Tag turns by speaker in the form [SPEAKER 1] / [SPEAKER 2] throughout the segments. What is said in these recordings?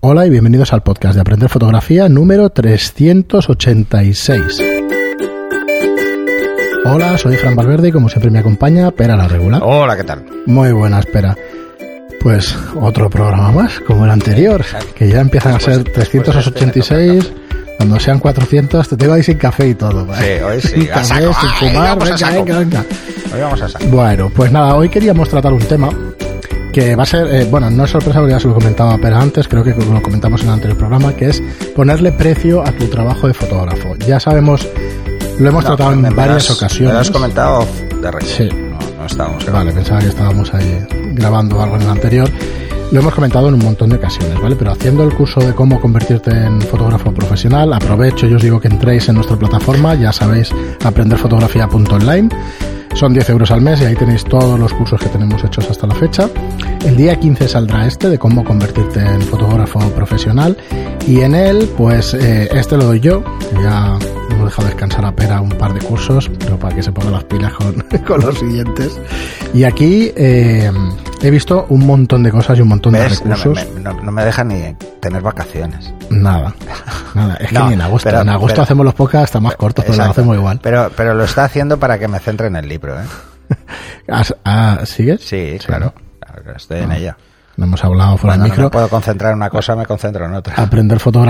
[SPEAKER 1] Hola y bienvenidos al podcast de Aprender Fotografía número 386. Hola, soy Fran Valverde y como siempre me acompaña Pera la Regular.
[SPEAKER 2] Hola, ¿qué tal?
[SPEAKER 1] Muy buena, espera. Pues otro programa más, como el anterior, que ya empiezan a
[SPEAKER 2] Pues,
[SPEAKER 1] ser
[SPEAKER 2] este
[SPEAKER 1] 386. Cuando sean 400, te tengo ahí sin café y todo. ¿vale?
[SPEAKER 2] Sí, hoy
[SPEAKER 1] Sin
[SPEAKER 2] sí, a
[SPEAKER 1] café,
[SPEAKER 2] saco.
[SPEAKER 1] sin
[SPEAKER 2] Ay,
[SPEAKER 1] fumar,
[SPEAKER 2] vamos a
[SPEAKER 1] venga,
[SPEAKER 2] saco.
[SPEAKER 1] venga, venga.
[SPEAKER 2] Hoy vamos a saco.
[SPEAKER 1] Bueno, pues nada, hoy queríamos tratar un tema que va a ser, eh, bueno, no es sorpresa porque ya se lo comentaba pero antes, creo que lo comentamos en el anterior programa, que es ponerle precio a tu trabajo de fotógrafo. Ya sabemos, lo hemos
[SPEAKER 2] No,
[SPEAKER 1] tratado en
[SPEAKER 2] me lo
[SPEAKER 1] varias
[SPEAKER 2] has-
[SPEAKER 1] ocasiones.
[SPEAKER 2] Me lo has comentado off de rey.
[SPEAKER 1] Sí.
[SPEAKER 2] No, no estábamos
[SPEAKER 1] Vale, pensaba que estábamos ahí grabando algo en el anterior. Lo hemos comentado en un montón de ocasiones, ¿vale? Pero haciendo el curso de cómo convertirte en fotógrafo profesional, aprovecho y os digo que entréis en nuestra plataforma, ya sabéis, aprenderfotografía.online. Son 10 euros al mes y ahí tenéis todos los cursos que tenemos hechos hasta la fecha. El día 15 saldrá este de cómo convertirte en fotógrafo profesional y en él, pues eh, este lo doy yo. Ya hemos dejado descansar a Pera un par de cursos, pero para que se ponga las pilas con, con los siguientes. Y aquí eh, he visto un montón de cosas y un montón de
[SPEAKER 2] ¿Ves? No,
[SPEAKER 1] recursos.
[SPEAKER 2] me, me- no- no me deja ni tener vacaciones.
[SPEAKER 1] Nada, nada. Es que
[SPEAKER 2] No,
[SPEAKER 1] ni en agosto.
[SPEAKER 2] pero-
[SPEAKER 1] en agosto
[SPEAKER 2] pero-
[SPEAKER 1] hacemos los podcasts hasta más cortos, pero lo
[SPEAKER 2] Exacto.
[SPEAKER 1] hacemos igual.
[SPEAKER 2] Pero, pero lo está haciendo para que me centre en el libro, ¿eh?
[SPEAKER 1] Has- ah, ¿Sigues?
[SPEAKER 2] Sí, claro. Claro que estoy en ello.
[SPEAKER 1] No hemos hablado fuera del
[SPEAKER 2] Cuando no
[SPEAKER 1] Ah.
[SPEAKER 2] me
[SPEAKER 1] micro. Ah.
[SPEAKER 2] puedo concentrar en una cosa, me concentro en otra.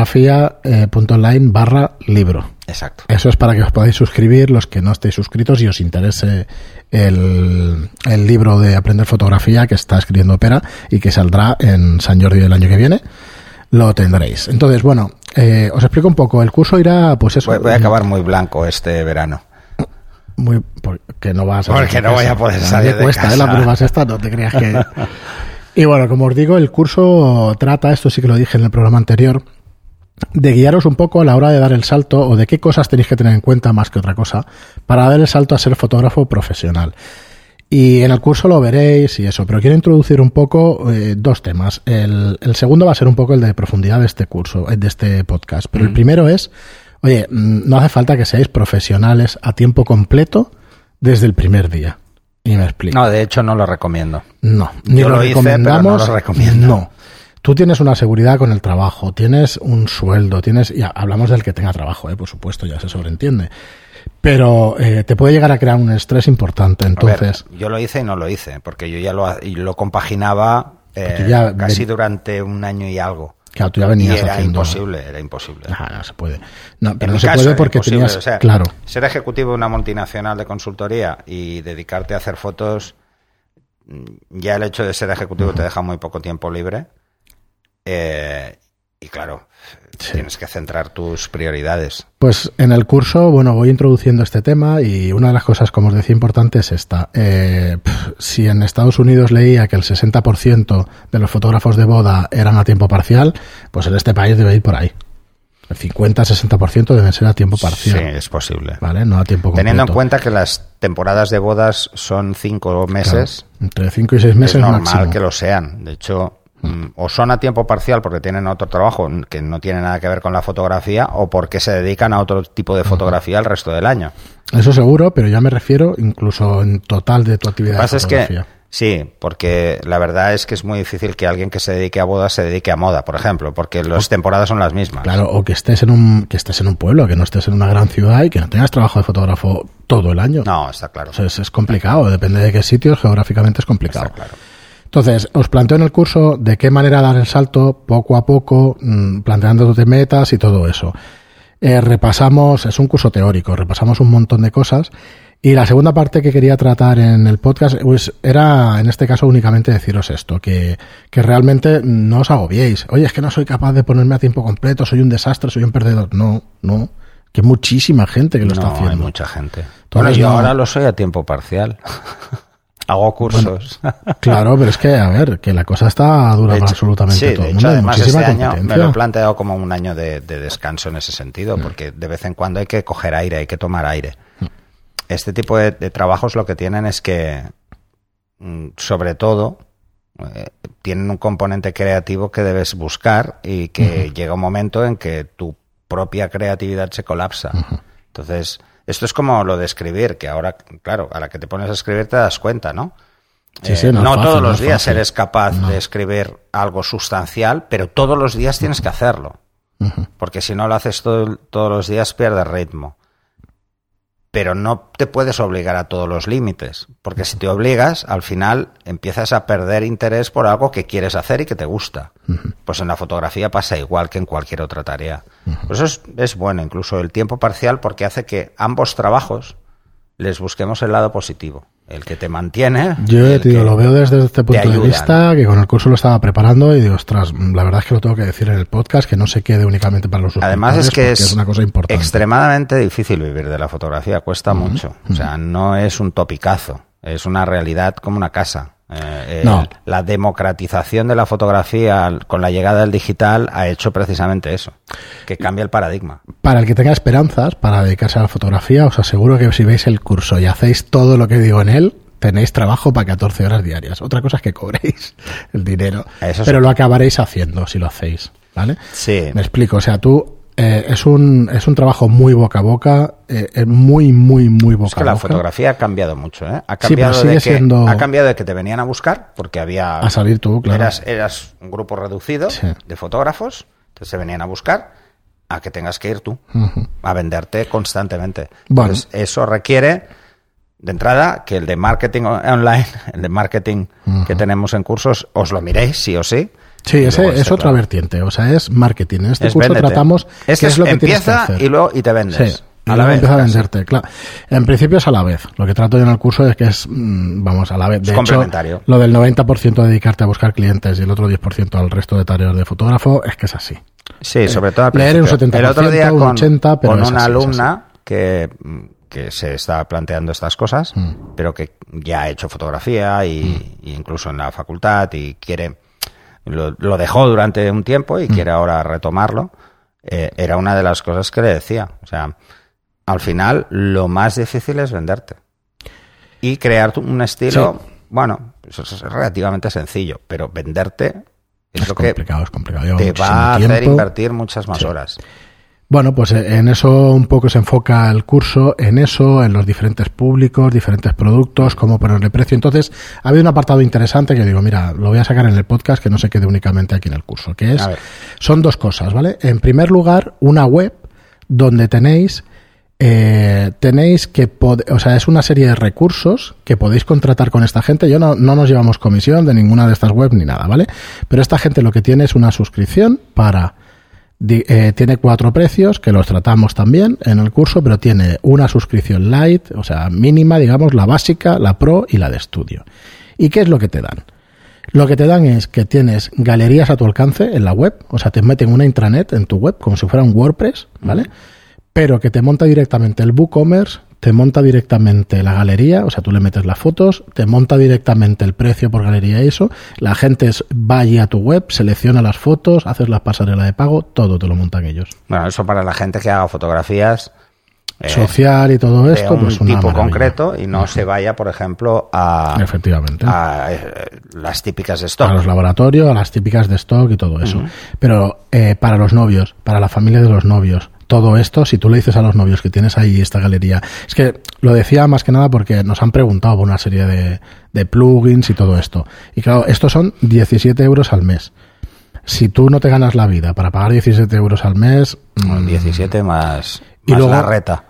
[SPEAKER 1] aprenderfotografía.online eh, barra libro.
[SPEAKER 2] Exacto.
[SPEAKER 1] Eso es para que os podáis suscribir los que no estéis suscritos y os interese el, el libro de Aprender Fotografía que está escribiendo Pera y que saldrá en San Jordi del año que viene. Lo tendréis. Entonces, bueno, eh, os explico un poco. El curso irá, pues eso,
[SPEAKER 2] Voy, voy a acabar muy blanco este verano.
[SPEAKER 1] muy porque no vas a
[SPEAKER 2] Porque no voy a poder salir de
[SPEAKER 1] cuesta, ¿eh?
[SPEAKER 2] casa.
[SPEAKER 1] la pruebas esta, no te creas que y bueno como os digo el curso trata esto sí que lo dije en el programa anterior de guiaros un poco a la hora de dar el salto o de qué cosas tenéis que tener en cuenta más que otra cosa para dar el salto a ser fotógrafo profesional y en el curso lo veréis y eso, pero quiero introducir un poco eh, dos temas. El, el segundo va a ser un poco el de profundidad de este curso, eh, de este podcast. Pero el primero es, oye, mm, no hace falta que seáis profesionales a tiempo completo desde el primer día. Y me explico.
[SPEAKER 2] No, de hecho no lo recomiendo.
[SPEAKER 1] No, ni
[SPEAKER 2] Yo
[SPEAKER 1] lo,
[SPEAKER 2] lo hice, pero no
[SPEAKER 1] recomendamos.
[SPEAKER 2] lo recomiendo.
[SPEAKER 1] No. Tú tienes una seguridad con el trabajo, tienes un sueldo, tienes. Y hablamos del que tenga trabajo, ¿eh? por supuesto, ya se sobreentiende. Pero eh, te puede llegar a crear un estrés importante.
[SPEAKER 2] A ver,
[SPEAKER 1] Entonces.
[SPEAKER 2] yo lo hice y no lo hice, porque yo ya lo, ha- y lo compaginaba eh,
[SPEAKER 1] Porque ya
[SPEAKER 2] casi
[SPEAKER 1] ven-
[SPEAKER 2] durante un año y algo.
[SPEAKER 1] Claro, tú ya
[SPEAKER 2] Y
[SPEAKER 1] venías
[SPEAKER 2] era
[SPEAKER 1] haciendo.
[SPEAKER 2] imposible, era imposible.
[SPEAKER 1] Ah, no se puede. No, pero
[SPEAKER 2] En
[SPEAKER 1] no
[SPEAKER 2] mi
[SPEAKER 1] se
[SPEAKER 2] caso
[SPEAKER 1] puede
[SPEAKER 2] era
[SPEAKER 1] porque
[SPEAKER 2] imposible,
[SPEAKER 1] tenías.
[SPEAKER 2] o sea,
[SPEAKER 1] claro.
[SPEAKER 2] Ser ejecutivo de una multinacional de consultoría y dedicarte a hacer fotos, mm, ya el hecho de ser ejecutivo te deja muy poco tiempo libre. Eh, y claro,
[SPEAKER 1] Sí.
[SPEAKER 2] tienes que centrar tus prioridades.
[SPEAKER 1] Pues en el curso, bueno, voy introduciendo este tema y una de las cosas, como os decía, importante es esta. Eh, pf, si en Estados Unidos leía que el 60% de los fotógrafos de boda eran a tiempo parcial, pues en este país debe ir por ahí. El 50-60% deben ser a tiempo parcial.
[SPEAKER 2] Sí, es posible.
[SPEAKER 1] ¿Vale? No a tiempo completo.
[SPEAKER 2] Teniendo en cuenta que las temporadas de bodas son cinco
[SPEAKER 1] Claro,
[SPEAKER 2] meses,
[SPEAKER 1] entre 5 y 6 meses
[SPEAKER 2] es normal
[SPEAKER 1] máximo.
[SPEAKER 2] que lo sean. De hecho, mm, o son a tiempo parcial porque tienen otro trabajo que no tiene nada que ver con la fotografía, o porque se dedican a otro tipo de fotografía el resto del año.
[SPEAKER 1] Eso seguro, pero ya me refiero incluso en total de tu
[SPEAKER 2] Lo
[SPEAKER 1] actividad
[SPEAKER 2] que pasa
[SPEAKER 1] de
[SPEAKER 2] es que
[SPEAKER 1] fotografía.
[SPEAKER 2] sí, porque la verdad es que es muy difícil que alguien que se dedique a bodas se dedique a moda, por ejemplo, porque las temporadas son las mismas.
[SPEAKER 1] Claro, o que estés en un que estés en un pueblo, que no estés en una gran ciudad y que no tengas trabajo de fotógrafo todo el año.
[SPEAKER 2] No, está claro.
[SPEAKER 1] O sea, es, es complicado, depende de qué sitios, geográficamente es complicado.
[SPEAKER 2] Está claro.
[SPEAKER 1] Entonces, os planteo en el curso de qué manera dar el salto poco a poco, mm, planteándote metas y todo eso. Eh, repasamos, es un curso teórico, repasamos un montón de cosas. Y la segunda parte que quería tratar en el podcast pues, era, en este caso, únicamente deciros esto, que, que realmente no os agobiéis. Oye, es que no soy capaz de ponerme a tiempo completo, soy un desastre, soy un perdedor. No, no, que muchísima gente que lo está
[SPEAKER 2] No,
[SPEAKER 1] haciendo.
[SPEAKER 2] hay mucha gente. Bueno,
[SPEAKER 1] Entonces,
[SPEAKER 2] yo
[SPEAKER 1] no-
[SPEAKER 2] ahora lo soy a tiempo parcial. Hago cursos.
[SPEAKER 1] Claro, pero es que, a ver, que la cosa está dura
[SPEAKER 2] De
[SPEAKER 1] para
[SPEAKER 2] hecho-
[SPEAKER 1] absolutamente
[SPEAKER 2] sí,
[SPEAKER 1] todo
[SPEAKER 2] de
[SPEAKER 1] el
[SPEAKER 2] hecho,
[SPEAKER 1] mundo. hay
[SPEAKER 2] además
[SPEAKER 1] muchísima
[SPEAKER 2] este año me
[SPEAKER 1] competencia. Mm.
[SPEAKER 2] lo he planteado como un año de, de descanso en ese sentido, porque de vez en cuando hay que coger aire, hay que tomar aire. Este tipo de, de trabajos lo que tienen es que, mm, sobre todo, eh, tienen un componente creativo que debes buscar y que llega un momento en que tu propia creatividad se colapsa. Entonces, esto es como lo de escribir, que ahora, claro, a la que te pones a escribir te das cuenta, ¿no? Sí, sí, no, eh, no fácil, todos los no días fácil. eres capaz no. de escribir algo sustancial, pero todos los días tienes que hacerlo. Uh -huh. Porque si no lo haces todo, todos los días pierdes ritmo. Pero no te puedes obligar a todos los límites. Porque si te obligas, al final empiezas a perder interés por algo que quieres hacer y que te gusta. Uh -huh. Pues en la fotografía pasa igual que en cualquier otra tarea. Uh -huh. Por eso es, es bueno incluso el tiempo parcial porque hace que ambos trabajos les busquemos el lado positivo el que te mantiene.
[SPEAKER 1] Yo tío, lo veo desde este punto ayuda, de vista, ¿no? que con el curso lo estaba preparando y digo, ostras, la verdad es que lo tengo que decir en el podcast, que no se quede únicamente para los
[SPEAKER 2] Además es que es, es, una cosa importante. extremadamente difícil vivir de la fotografía, cuesta uh -huh, mucho. Uh -huh. O sea, no es un topicazo, es una realidad como una casa. Eh, el, no. La democratización de la fotografía con la llegada del digital ha hecho precisamente eso, que cambia el paradigma.
[SPEAKER 1] Para el que tenga esperanzas para dedicarse a la fotografía, os aseguro que si veis el curso y hacéis todo lo que digo en él, tenéis trabajo para 14 horas diarias. Otra cosa es que cobréis el dinero, eso pero sí. lo acabaréis haciendo si lo hacéis. ¿Vale?
[SPEAKER 2] Sí.
[SPEAKER 1] Me explico, o sea, tú eh, es, un, es un trabajo muy boca a boca, eh, eh, muy, muy, muy boca a boca. Es que
[SPEAKER 2] la
[SPEAKER 1] boca.
[SPEAKER 2] fotografía ha cambiado mucho, ¿eh? Ha cambiado, sí,
[SPEAKER 1] sigue
[SPEAKER 2] de que,
[SPEAKER 1] siendo...
[SPEAKER 2] ha cambiado de que te venían a buscar, porque había...
[SPEAKER 1] A salir tú, claro.
[SPEAKER 2] Eras, eras un grupo reducido Ah, sí. de fotógrafos, entonces te venían a buscar, a que tengas que ir tú, uh -huh. a venderte constantemente. Bueno. Entonces, eso requiere... De entrada, que el de marketing online, el de marketing uh -huh. que tenemos en cursos, os lo miréis sí o sí,
[SPEAKER 1] Sí, ese es otra claro. vertiente, o sea, es marketing. En este es curso véndete. tratamos
[SPEAKER 2] este qué es lo que empieza que hacer. y luego y te vendes.
[SPEAKER 1] Sí. A la vez, empieza casi. a venderte, claro. En principio es a la vez. Lo que trato yo en el curso es que es, mm, vamos, a la vez. De
[SPEAKER 2] es
[SPEAKER 1] hecho,
[SPEAKER 2] complementario.
[SPEAKER 1] lo del 90% de dedicarte a buscar clientes y el otro 10% al resto de tareas de fotógrafo es que es así.
[SPEAKER 2] Sí, eh, sobre todo al
[SPEAKER 1] Leer un 70%,
[SPEAKER 2] el otro día
[SPEAKER 1] un 80%, pero
[SPEAKER 2] con
[SPEAKER 1] es
[SPEAKER 2] una
[SPEAKER 1] así,
[SPEAKER 2] alumna es que, que se estaba planteando estas cosas, mm. pero que ya ha hecho fotografía y, mm. y incluso en la facultad y quiere... Lo, lo, dejó durante un tiempo y mm. quiere ahora retomarlo, eh, era una de las cosas que le decía. O sea, al final lo más difícil es venderte. Y crear un estilo, sí. bueno, pues eso es relativamente sencillo, pero venderte es,
[SPEAKER 1] es
[SPEAKER 2] lo
[SPEAKER 1] complicado,
[SPEAKER 2] que
[SPEAKER 1] es complicado.
[SPEAKER 2] te va a hacer tiempo. invertir muchas más sí. horas.
[SPEAKER 1] Bueno, pues en eso un poco se enfoca el curso, en eso, en los diferentes públicos, diferentes productos, cómo ponerle precio. Entonces, ha habido un apartado interesante que digo, mira, lo voy a sacar en el podcast que no se quede únicamente aquí en el curso, que es, son dos cosas, ¿vale? En primer lugar, una web donde tenéis, eh, tenéis que, o sea, es una serie de recursos que podéis contratar con esta gente. Yo no, no nos llevamos comisión de ninguna de estas webs ni nada, ¿vale? Pero esta gente lo que tiene es una suscripción para... Eh, tiene cuatro precios que los tratamos también en el curso, pero tiene una suscripción light, o sea, mínima, digamos, la básica, la pro y la de estudio. ¿Y qué es lo que te dan? Lo que te dan es que tienes galerías a tu alcance en la web, o sea, te meten una intranet en tu web como si fuera un WordPress, ¿vale? Pero que te monta directamente el WooCommerce, te monta directamente la galería, o sea, tú le metes las fotos, te monta directamente el precio por galería y eso, la gente va allí a tu web, selecciona las fotos, haces las pasarelas de pago, todo te lo montan ellos.
[SPEAKER 2] Bueno, eso para la gente que haga fotografías
[SPEAKER 1] eh, social y todo esto,
[SPEAKER 2] de un
[SPEAKER 1] pues
[SPEAKER 2] una tipo maravilla. concreto y no Ajá. se vaya, por ejemplo, a
[SPEAKER 1] efectivamente
[SPEAKER 2] a eh, las típicas de stock,
[SPEAKER 1] a los laboratorios, a las típicas de stock y todo eso. Uh -huh. Pero eh, para los novios, para la familia de los novios, todo esto, si tú le dices a los novios que tienes ahí esta galería, es que lo decía más que nada porque nos han preguntado por una serie de, de plugins y todo esto. Y claro, estos son 17 euros al mes. Si tú no te ganas la vida para pagar 17 euros al mes...
[SPEAKER 2] Bueno,
[SPEAKER 1] Mm.
[SPEAKER 2] 17 más, y más luego, la reta.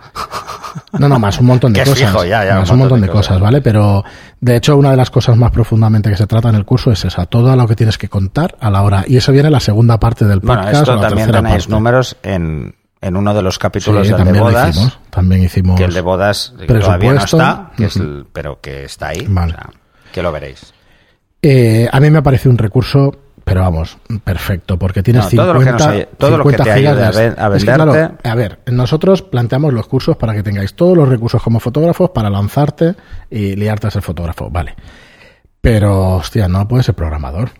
[SPEAKER 1] No, no, más un montón de
[SPEAKER 2] que
[SPEAKER 1] cosas.
[SPEAKER 2] Fijo, ya, ya,
[SPEAKER 1] más un montón, un montón de, de cosas, cosas, ¿vale? Pero de hecho, una de las cosas más profundamente que se trata en el curso es esa, todo lo que tienes que contar a la hora. Y eso viene en la segunda parte del podcast.
[SPEAKER 2] Bueno, esto
[SPEAKER 1] o la
[SPEAKER 2] también
[SPEAKER 1] tercera
[SPEAKER 2] tenéis
[SPEAKER 1] parte.
[SPEAKER 2] números en, en uno de los capítulos
[SPEAKER 1] sí,
[SPEAKER 2] del de bodas.
[SPEAKER 1] Hicimos, también hicimos.
[SPEAKER 2] Que el de bodas todavía no está, que es el, pero que está ahí.
[SPEAKER 1] Vale.
[SPEAKER 2] O sea, que lo veréis.
[SPEAKER 1] Eh, a mí me parece un recurso, pero vamos, perfecto, porque tienes no, 50, todo lo que, nos,
[SPEAKER 2] todo
[SPEAKER 1] 50 lo que te
[SPEAKER 2] ayude a, ver, a venderte. Es que, claro,
[SPEAKER 1] a ver, nosotros planteamos los cursos para que tengáis todos los recursos como fotógrafos para lanzarte y liarte a ser fotógrafo, vale. Pero, hostia, no puedes ser programador.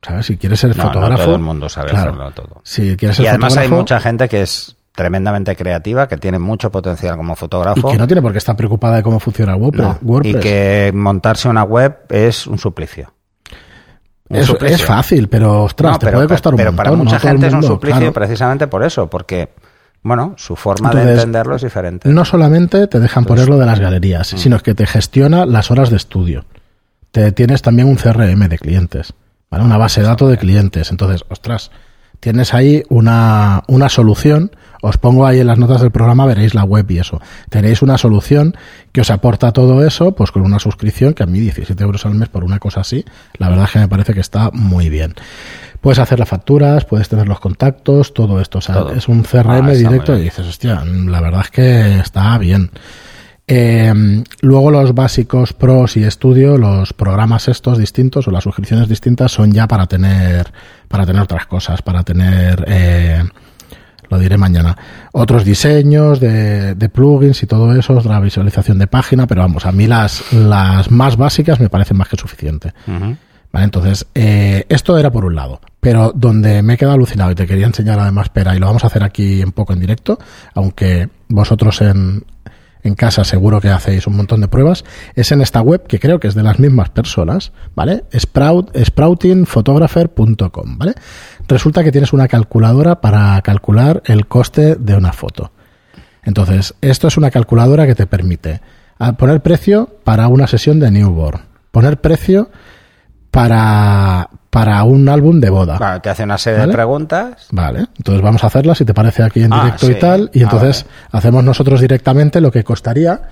[SPEAKER 1] ¿Sabes? Si quieres ser
[SPEAKER 2] no,
[SPEAKER 1] fotógrafo.
[SPEAKER 2] No todo el mundo sabe claro, hacerlo todo.
[SPEAKER 1] Si quieres ser
[SPEAKER 2] y además
[SPEAKER 1] fotógrafo,
[SPEAKER 2] hay mucha gente que es tremendamente creativa, que tiene mucho potencial como fotógrafo.
[SPEAKER 1] Y que no tiene por qué estar preocupada de cómo funciona WordPress. No,
[SPEAKER 2] y que montarse una web es un suplicio.
[SPEAKER 1] Un es, suplicio. es, fácil, pero ostras, no,
[SPEAKER 2] pero,
[SPEAKER 1] te puede costar un
[SPEAKER 2] pero
[SPEAKER 1] montón.
[SPEAKER 2] Pero para mucha
[SPEAKER 1] todo
[SPEAKER 2] gente
[SPEAKER 1] todo mundo,
[SPEAKER 2] es un suplicio
[SPEAKER 1] claro.
[SPEAKER 2] precisamente por eso, porque bueno, su forma Entonces, de entenderlo es diferente.
[SPEAKER 1] No solamente te dejan ponerlo de las galerías, mm. sino que te gestiona las horas de estudio te tienes también un CRM de clientes, ¿vale? Una base de datos de clientes. Entonces, ostras, tienes ahí una, una solución. Os pongo ahí en las notas del programa, veréis la web y eso. Tenéis una solución que os aporta todo eso, pues con una suscripción, que a mí 17 euros al mes por una cosa así, la verdad es que me parece que está muy bien. Puedes hacer las facturas, puedes tener los contactos, todo esto. O sea,
[SPEAKER 2] Todo.
[SPEAKER 1] es un CRM
[SPEAKER 2] Ah, está
[SPEAKER 1] directo
[SPEAKER 2] muy
[SPEAKER 1] y
[SPEAKER 2] bien.
[SPEAKER 1] dices, hostia, la verdad es que está bien. Eh, luego los básicos pros y estudio, los programas estos distintos o las suscripciones distintas son ya para tener para tener otras cosas, para tener eh, lo diré mañana. Otros diseños de, de plugins y todo eso, otra visualización de página, pero vamos, a mí las, las más básicas me parecen más que suficiente.
[SPEAKER 2] Ujú.
[SPEAKER 1] Vale, entonces, eh, esto era por un lado, pero donde me he quedado alucinado y te quería enseñar además, Pera, y lo vamos a hacer aquí un poco en directo, aunque vosotros en, en casa seguro que hacéis un montón de pruebas, es en esta web que creo que es de las mismas personas, ¿vale? Sprout, sproutingphotographer.com, ¿vale? Resulta que tienes una calculadora para calcular el coste de una foto. Entonces, esto es una calculadora que te permite ah, poner precio para una sesión de newborn, poner precio para, para un álbum de boda. Vale.
[SPEAKER 2] Vale, te hace una serie
[SPEAKER 1] ¿Vale?
[SPEAKER 2] de preguntas.
[SPEAKER 1] entonces vamos a hacerla si te parece aquí en
[SPEAKER 2] Ah,
[SPEAKER 1] directo y
[SPEAKER 2] sí.
[SPEAKER 1] tal. Y
[SPEAKER 2] Ah,
[SPEAKER 1] entonces hacemos nosotros directamente lo que costaría,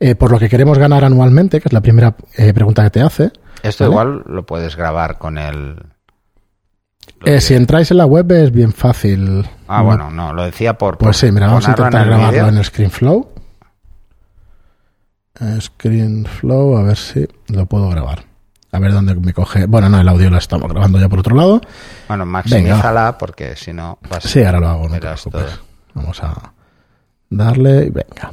[SPEAKER 1] eh, por lo que queremos ganar anualmente, que es la primera eh, pregunta que te hace.
[SPEAKER 2] Esto
[SPEAKER 1] ¿Vale?
[SPEAKER 2] igual lo puedes grabar con el... lo
[SPEAKER 1] Eh,
[SPEAKER 2] que-
[SPEAKER 1] si entráis en la web es bien fácil.
[SPEAKER 2] Ah,
[SPEAKER 1] No-
[SPEAKER 2] bueno, no, lo decía por...
[SPEAKER 1] Mm. Pues
[SPEAKER 2] por
[SPEAKER 1] sí, mira, vamos a
[SPEAKER 2] ponerlo en
[SPEAKER 1] intentar
[SPEAKER 2] el
[SPEAKER 1] grabarlo
[SPEAKER 2] vídeo.
[SPEAKER 1] en el ScreenFlow. Eh, ScreenFlow, a ver si lo puedo grabar. A ver dónde me coge. Bueno, no, el audio lo estamos grabando ya por otro lado.
[SPEAKER 2] Bueno, maximízala porque si no... vas-
[SPEAKER 1] Sí, ahora lo hago, no te
[SPEAKER 2] verás
[SPEAKER 1] preocupes.
[SPEAKER 2] todo.
[SPEAKER 1] Vamos a darle y venga.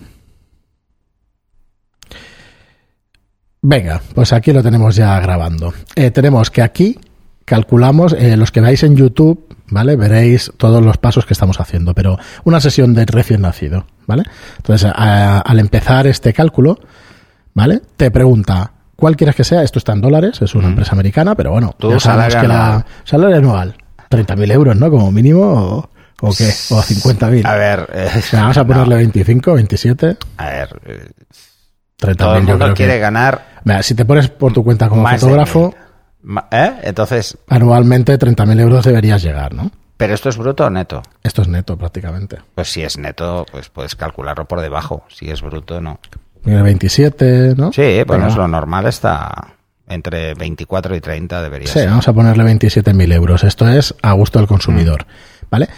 [SPEAKER 1] Venga, pues aquí lo tenemos ya grabando. Eh, tenemos que aquí calculamos, eh, los que veáis en YouTube, ¿vale? Veréis todos los pasos que estamos haciendo, pero una sesión de recién nacido, ¿vale? Entonces, a- al empezar este cálculo, ¿vale? Te pregunta, ¿cuál quieres que sea? Esto está en dólares, es una empresa americana, pero bueno,
[SPEAKER 2] Tu
[SPEAKER 1] ya sabemos
[SPEAKER 2] salario
[SPEAKER 1] que la
[SPEAKER 2] anual.
[SPEAKER 1] salario anual, 30.000 euros, ¿no? Como mínimo, o, o qué, o 50.000.
[SPEAKER 2] A ver... eh,
[SPEAKER 1] O sea, Vamos a
[SPEAKER 2] no,
[SPEAKER 1] ponerle 25, 27,
[SPEAKER 2] a ver, eh,
[SPEAKER 1] 30.000.
[SPEAKER 2] todo el
[SPEAKER 1] yo
[SPEAKER 2] mundo
[SPEAKER 1] creo
[SPEAKER 2] quiere
[SPEAKER 1] que-
[SPEAKER 2] ganar
[SPEAKER 1] Mira, si te pones por tu cuenta como
[SPEAKER 2] más de
[SPEAKER 1] fotógrafo,
[SPEAKER 2] mil. Ma- ¿Eh? Entonces,
[SPEAKER 1] anualmente 30.000 euros deberías llegar, ¿no?
[SPEAKER 2] ¿pero esto es bruto o neto?
[SPEAKER 1] Esto es neto prácticamente.
[SPEAKER 2] Pues si es neto, pues puedes calcularlo por debajo. Si es bruto, no.
[SPEAKER 1] Mira, 27, ¿no?
[SPEAKER 2] Sí, bueno,
[SPEAKER 1] Venga,
[SPEAKER 2] es lo normal está entre 24 y 30 debería
[SPEAKER 1] Sí,
[SPEAKER 2] ser.
[SPEAKER 1] vamos a ponerle 27.000 euros. Esto es a gusto del consumidor.
[SPEAKER 2] Mm.
[SPEAKER 1] ¿Vale?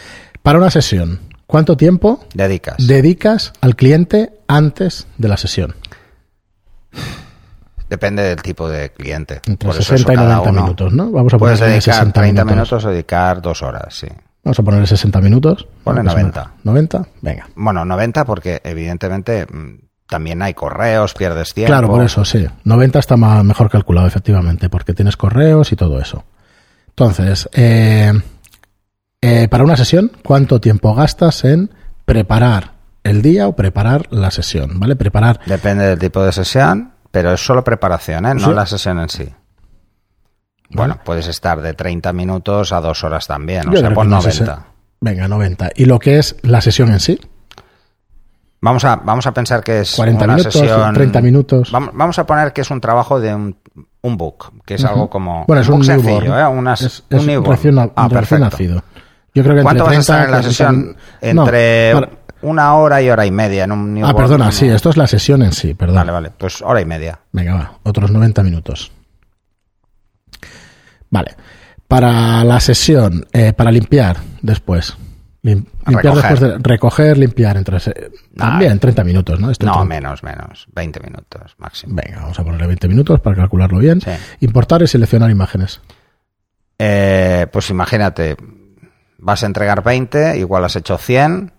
[SPEAKER 1] Para una sesión, ¿cuánto tiempo
[SPEAKER 2] Dedicas.
[SPEAKER 1] dedicas al cliente antes de la sesión?
[SPEAKER 2] Depende del tipo de cliente.
[SPEAKER 1] Entre
[SPEAKER 2] Por eso
[SPEAKER 1] 60 y
[SPEAKER 2] eso cada
[SPEAKER 1] 90
[SPEAKER 2] uno.
[SPEAKER 1] minutos, ¿no? Vamos a
[SPEAKER 2] Puedes
[SPEAKER 1] ponerle
[SPEAKER 2] dedicar
[SPEAKER 1] 60
[SPEAKER 2] 30
[SPEAKER 1] minutos.
[SPEAKER 2] minutos o dedicar dos horas, sí.
[SPEAKER 1] Vamos a ponerle 60 minutos.
[SPEAKER 2] Ponle
[SPEAKER 1] Más o menos.
[SPEAKER 2] 90.
[SPEAKER 1] 90, venga.
[SPEAKER 2] Bueno, 90 porque evidentemente mm, también hay correos, pierdes tiempo.
[SPEAKER 1] Claro, por eso, sí. 90 está ma- mejor calculado, efectivamente, porque tienes correos y todo eso. Entonces, eh, eh, para una sesión, ¿cuánto tiempo gastas en preparar el día o preparar la sesión? ¿Vale? Preparar
[SPEAKER 2] Depende del tipo de sesión, pero es solo preparación, ¿eh? no
[SPEAKER 1] Sí.
[SPEAKER 2] la sesión en sí. Bueno, puedes estar de 30 minutos a dos horas también,
[SPEAKER 1] Yo
[SPEAKER 2] o sea,
[SPEAKER 1] creo
[SPEAKER 2] por
[SPEAKER 1] que no
[SPEAKER 2] 90.
[SPEAKER 1] sé si- Venga, 90. ¿Y lo que es la sesión en sí?
[SPEAKER 2] Vamos a, vamos a pensar que es
[SPEAKER 1] 40
[SPEAKER 2] una
[SPEAKER 1] minutos,
[SPEAKER 2] sesión-
[SPEAKER 1] 30 minutos.
[SPEAKER 2] Vamos, vamos a poner que es un trabajo de un, un book, que es algo como
[SPEAKER 1] Bueno, es un
[SPEAKER 2] book
[SPEAKER 1] newborn.
[SPEAKER 2] sencillo, ¿eh? Unas-
[SPEAKER 1] es,
[SPEAKER 2] un
[SPEAKER 1] es
[SPEAKER 2] newborn.
[SPEAKER 1] recién, na-
[SPEAKER 2] Ah,
[SPEAKER 1] recién
[SPEAKER 2] perfecto.
[SPEAKER 1] nacido. Yo creo que entre
[SPEAKER 2] ¿Cuánto vas a
[SPEAKER 1] 30
[SPEAKER 2] estar en la
[SPEAKER 1] 40
[SPEAKER 2] sesión?
[SPEAKER 1] no,
[SPEAKER 2] Entre
[SPEAKER 1] para-
[SPEAKER 2] una hora y hora y media en un
[SPEAKER 1] ah,
[SPEAKER 2] newborn.
[SPEAKER 1] perdona, sí, esto es la sesión en sí, perdón.
[SPEAKER 2] Vale, vale, pues hora y media.
[SPEAKER 1] Venga, va, otros 90 minutos. Vale. Para la sesión, eh, para limpiar después. Lim- limpiar
[SPEAKER 2] Recoger.
[SPEAKER 1] después de recoger, limpiar entre se-
[SPEAKER 2] Nah.
[SPEAKER 1] también 30 minutos, ¿no? Estoy
[SPEAKER 2] No,
[SPEAKER 1] tren-
[SPEAKER 2] menos, menos. 20 minutos máximo.
[SPEAKER 1] Venga, vamos a ponerle 20 minutos para calcularlo bien.
[SPEAKER 2] Sí.
[SPEAKER 1] Importar y seleccionar imágenes.
[SPEAKER 2] Eh, pues imagínate, vas a entregar 20, igual has hecho 100,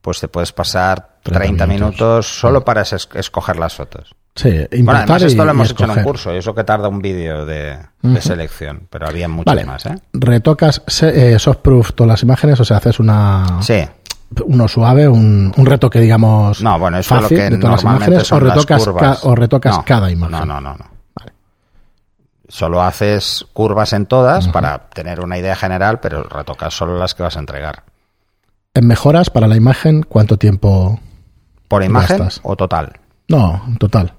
[SPEAKER 2] pues te puedes pasar
[SPEAKER 1] 30
[SPEAKER 2] 30,
[SPEAKER 1] minutos.
[SPEAKER 2] minutos. solo para es- escoger las fotos.
[SPEAKER 1] Sí,
[SPEAKER 2] Bueno,
[SPEAKER 1] importar
[SPEAKER 2] además esto
[SPEAKER 1] y-
[SPEAKER 2] lo
[SPEAKER 1] y
[SPEAKER 2] hemos hecho en un
[SPEAKER 1] escoger.
[SPEAKER 2] curso, y eso que tarda un vídeo de, de selección, pero había muchos
[SPEAKER 1] Vale.
[SPEAKER 2] más, ¿eh?
[SPEAKER 1] Retocas se- eh, softproof todas las imágenes, o sea, haces una
[SPEAKER 2] Sí.
[SPEAKER 1] uno suave, un, un retoque, digamos,
[SPEAKER 2] No, bueno, eso
[SPEAKER 1] fácil
[SPEAKER 2] es
[SPEAKER 1] de
[SPEAKER 2] lo que
[SPEAKER 1] todas las
[SPEAKER 2] normalmente
[SPEAKER 1] imágenes,
[SPEAKER 2] son
[SPEAKER 1] o retocas,
[SPEAKER 2] las curvas.
[SPEAKER 1] ca- o retocas
[SPEAKER 2] No,
[SPEAKER 1] cada imagen.
[SPEAKER 2] No, no, no, no. Solo haces curvas en todas para tener una idea general, pero retocas solo las que vas a entregar.
[SPEAKER 1] En mejoras para la imagen, ¿cuánto tiempo?
[SPEAKER 2] ¿Por imagen
[SPEAKER 1] Gastas.
[SPEAKER 2] o total?
[SPEAKER 1] No, en total.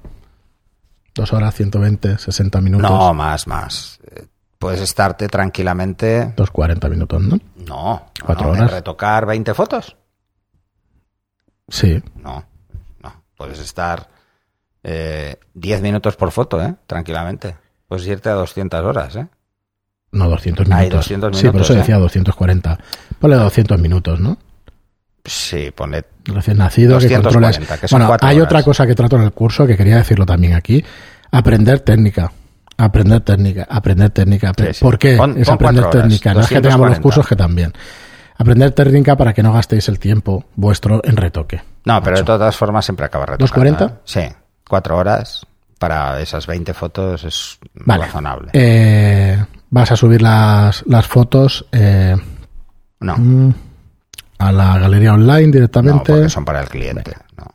[SPEAKER 1] Dos horas, 120, 60 minutos.
[SPEAKER 2] No, más, más. Eh, Puedes estarte tranquilamente.
[SPEAKER 1] Dos 40 minutos, ¿no?
[SPEAKER 2] No. no,
[SPEAKER 1] Cuatro
[SPEAKER 2] no, de
[SPEAKER 1] horas.
[SPEAKER 2] ¿Retocar 20 fotos?
[SPEAKER 1] Sí.
[SPEAKER 2] No, no. Puedes estar eh, 10 minutos por foto, ¿eh? Tranquilamente. Puedes irte a 200 horas, ¿eh?
[SPEAKER 1] No, 200
[SPEAKER 2] Ah,
[SPEAKER 1] minutos.
[SPEAKER 2] hay 200
[SPEAKER 1] Sí, por eso
[SPEAKER 2] minutos,
[SPEAKER 1] decía 240. Ponle 200 minutos, ¿no?
[SPEAKER 2] Sí, ponle.
[SPEAKER 1] Recién nacido, que
[SPEAKER 2] 240,
[SPEAKER 1] controles.
[SPEAKER 2] que son
[SPEAKER 1] bueno,
[SPEAKER 2] cuatro
[SPEAKER 1] hay
[SPEAKER 2] horas.
[SPEAKER 1] otra cosa que trato en el curso que quería decirlo también aquí. Aprender técnica. Aprender técnica, aprender técnica.
[SPEAKER 2] Sí, sí.
[SPEAKER 1] ¿Por qué
[SPEAKER 2] Pon-
[SPEAKER 1] es
[SPEAKER 2] pon
[SPEAKER 1] aprender
[SPEAKER 2] cuatro horas,
[SPEAKER 1] técnica? no es que tengamos los
[SPEAKER 2] 240.
[SPEAKER 1] cursos que también. Aprender técnica para que no gastéis el tiempo vuestro en retoque.
[SPEAKER 2] No, pero de todas formas siempre acaba retocando.
[SPEAKER 1] ¿240?
[SPEAKER 2] ¿eh? Sí. Cuatro horas para esas 20 fotos es
[SPEAKER 1] Vale.
[SPEAKER 2] razonable.
[SPEAKER 1] Eh, vas a subir las, las fotos eh,
[SPEAKER 2] no,
[SPEAKER 1] mm, a la galería online
[SPEAKER 2] no,
[SPEAKER 1] directamente.
[SPEAKER 2] porque son para el cliente. No.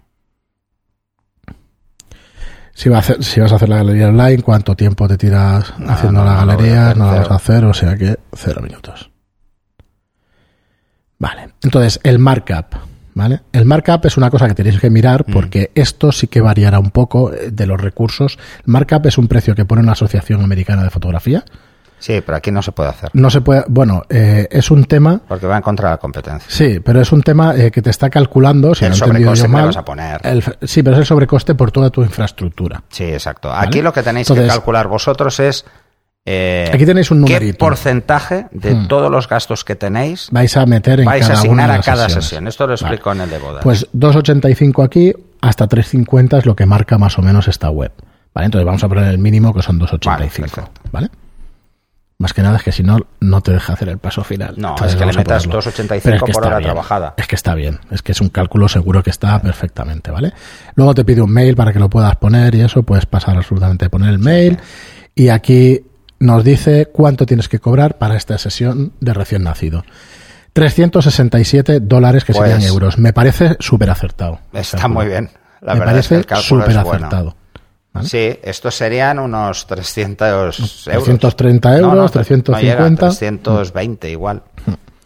[SPEAKER 1] Si, va a hacer- si vas a hacer la galería online, ¿cuánto tiempo te tiras
[SPEAKER 2] No,
[SPEAKER 1] haciendo
[SPEAKER 2] Ah, no,
[SPEAKER 1] la
[SPEAKER 2] no lo voy a
[SPEAKER 1] galería?
[SPEAKER 2] hacer,
[SPEAKER 1] No la vas
[SPEAKER 2] cero.
[SPEAKER 1] a hacer, o sea que cero minutos. Vale, entonces el markup, ¿vale? El markup es una cosa que tenéis que mirar
[SPEAKER 2] Mm.
[SPEAKER 1] porque esto sí que variará un poco eh, de los recursos. El markup es un precio que pone una asociación americana de fotografía.
[SPEAKER 2] Sí, pero aquí no se puede hacer.
[SPEAKER 1] No se puede, bueno, eh, es un tema,
[SPEAKER 2] Porque va en contra de la competencia.
[SPEAKER 1] sí, pero es un tema eh, que te está calculando, si
[SPEAKER 2] el
[SPEAKER 1] no he entendido yo
[SPEAKER 2] sobrecoste que le
[SPEAKER 1] mal. Eh.
[SPEAKER 2] vas a poner.
[SPEAKER 1] el- sí, pero es el sobrecoste por toda tu infraestructura.
[SPEAKER 2] Sí, exacto. Aquí lo que tenéis que
[SPEAKER 1] Entonces-
[SPEAKER 2] calcular vosotros es eh,
[SPEAKER 1] Aquí tenéis un
[SPEAKER 2] qué
[SPEAKER 1] numerito.
[SPEAKER 2] porcentaje de todos los gastos que tenéis
[SPEAKER 1] vais a meter en
[SPEAKER 2] vais a
[SPEAKER 1] cada una
[SPEAKER 2] asignar
[SPEAKER 1] de
[SPEAKER 2] a
[SPEAKER 1] las
[SPEAKER 2] cada
[SPEAKER 1] sesiones.
[SPEAKER 2] sesión. Esto lo
[SPEAKER 1] Vale.
[SPEAKER 2] explico en el de boda.
[SPEAKER 1] Pues 2.85 aquí hasta 3.50 es lo que marca más o menos esta web. Vale, entonces vamos a poner el mínimo que son 2.85, vale,
[SPEAKER 2] Vale,
[SPEAKER 1] Más que nada es que si no, no te deja hacer el paso final.
[SPEAKER 2] No,
[SPEAKER 1] Entonces
[SPEAKER 2] es que le
[SPEAKER 1] vamos a
[SPEAKER 2] metas
[SPEAKER 1] ponerlo.
[SPEAKER 2] 2.85
[SPEAKER 1] Pero es que
[SPEAKER 2] por
[SPEAKER 1] está
[SPEAKER 2] hora
[SPEAKER 1] bien.
[SPEAKER 2] trabajada.
[SPEAKER 1] Es que está bien, es que es un cálculo seguro que está perfectamente, ¿vale? Luego te pide un mail para que lo puedas poner y eso, puedes pasar absolutamente a poner el mail. Y aquí nos dice cuánto tienes que cobrar para esta sesión de recién nacido. 367 dólares que
[SPEAKER 2] Pues-
[SPEAKER 1] serían euros. Me parece súper acertado.
[SPEAKER 2] Está muy bien. La
[SPEAKER 1] Me
[SPEAKER 2] verdad es que
[SPEAKER 1] parece
[SPEAKER 2] el cálculo
[SPEAKER 1] súper
[SPEAKER 2] es bueno.
[SPEAKER 1] acertado. ¿vale?
[SPEAKER 2] Sí, estos serían unos 300 euros.
[SPEAKER 1] 330 euros, Hmm. 350.
[SPEAKER 2] 320 igual.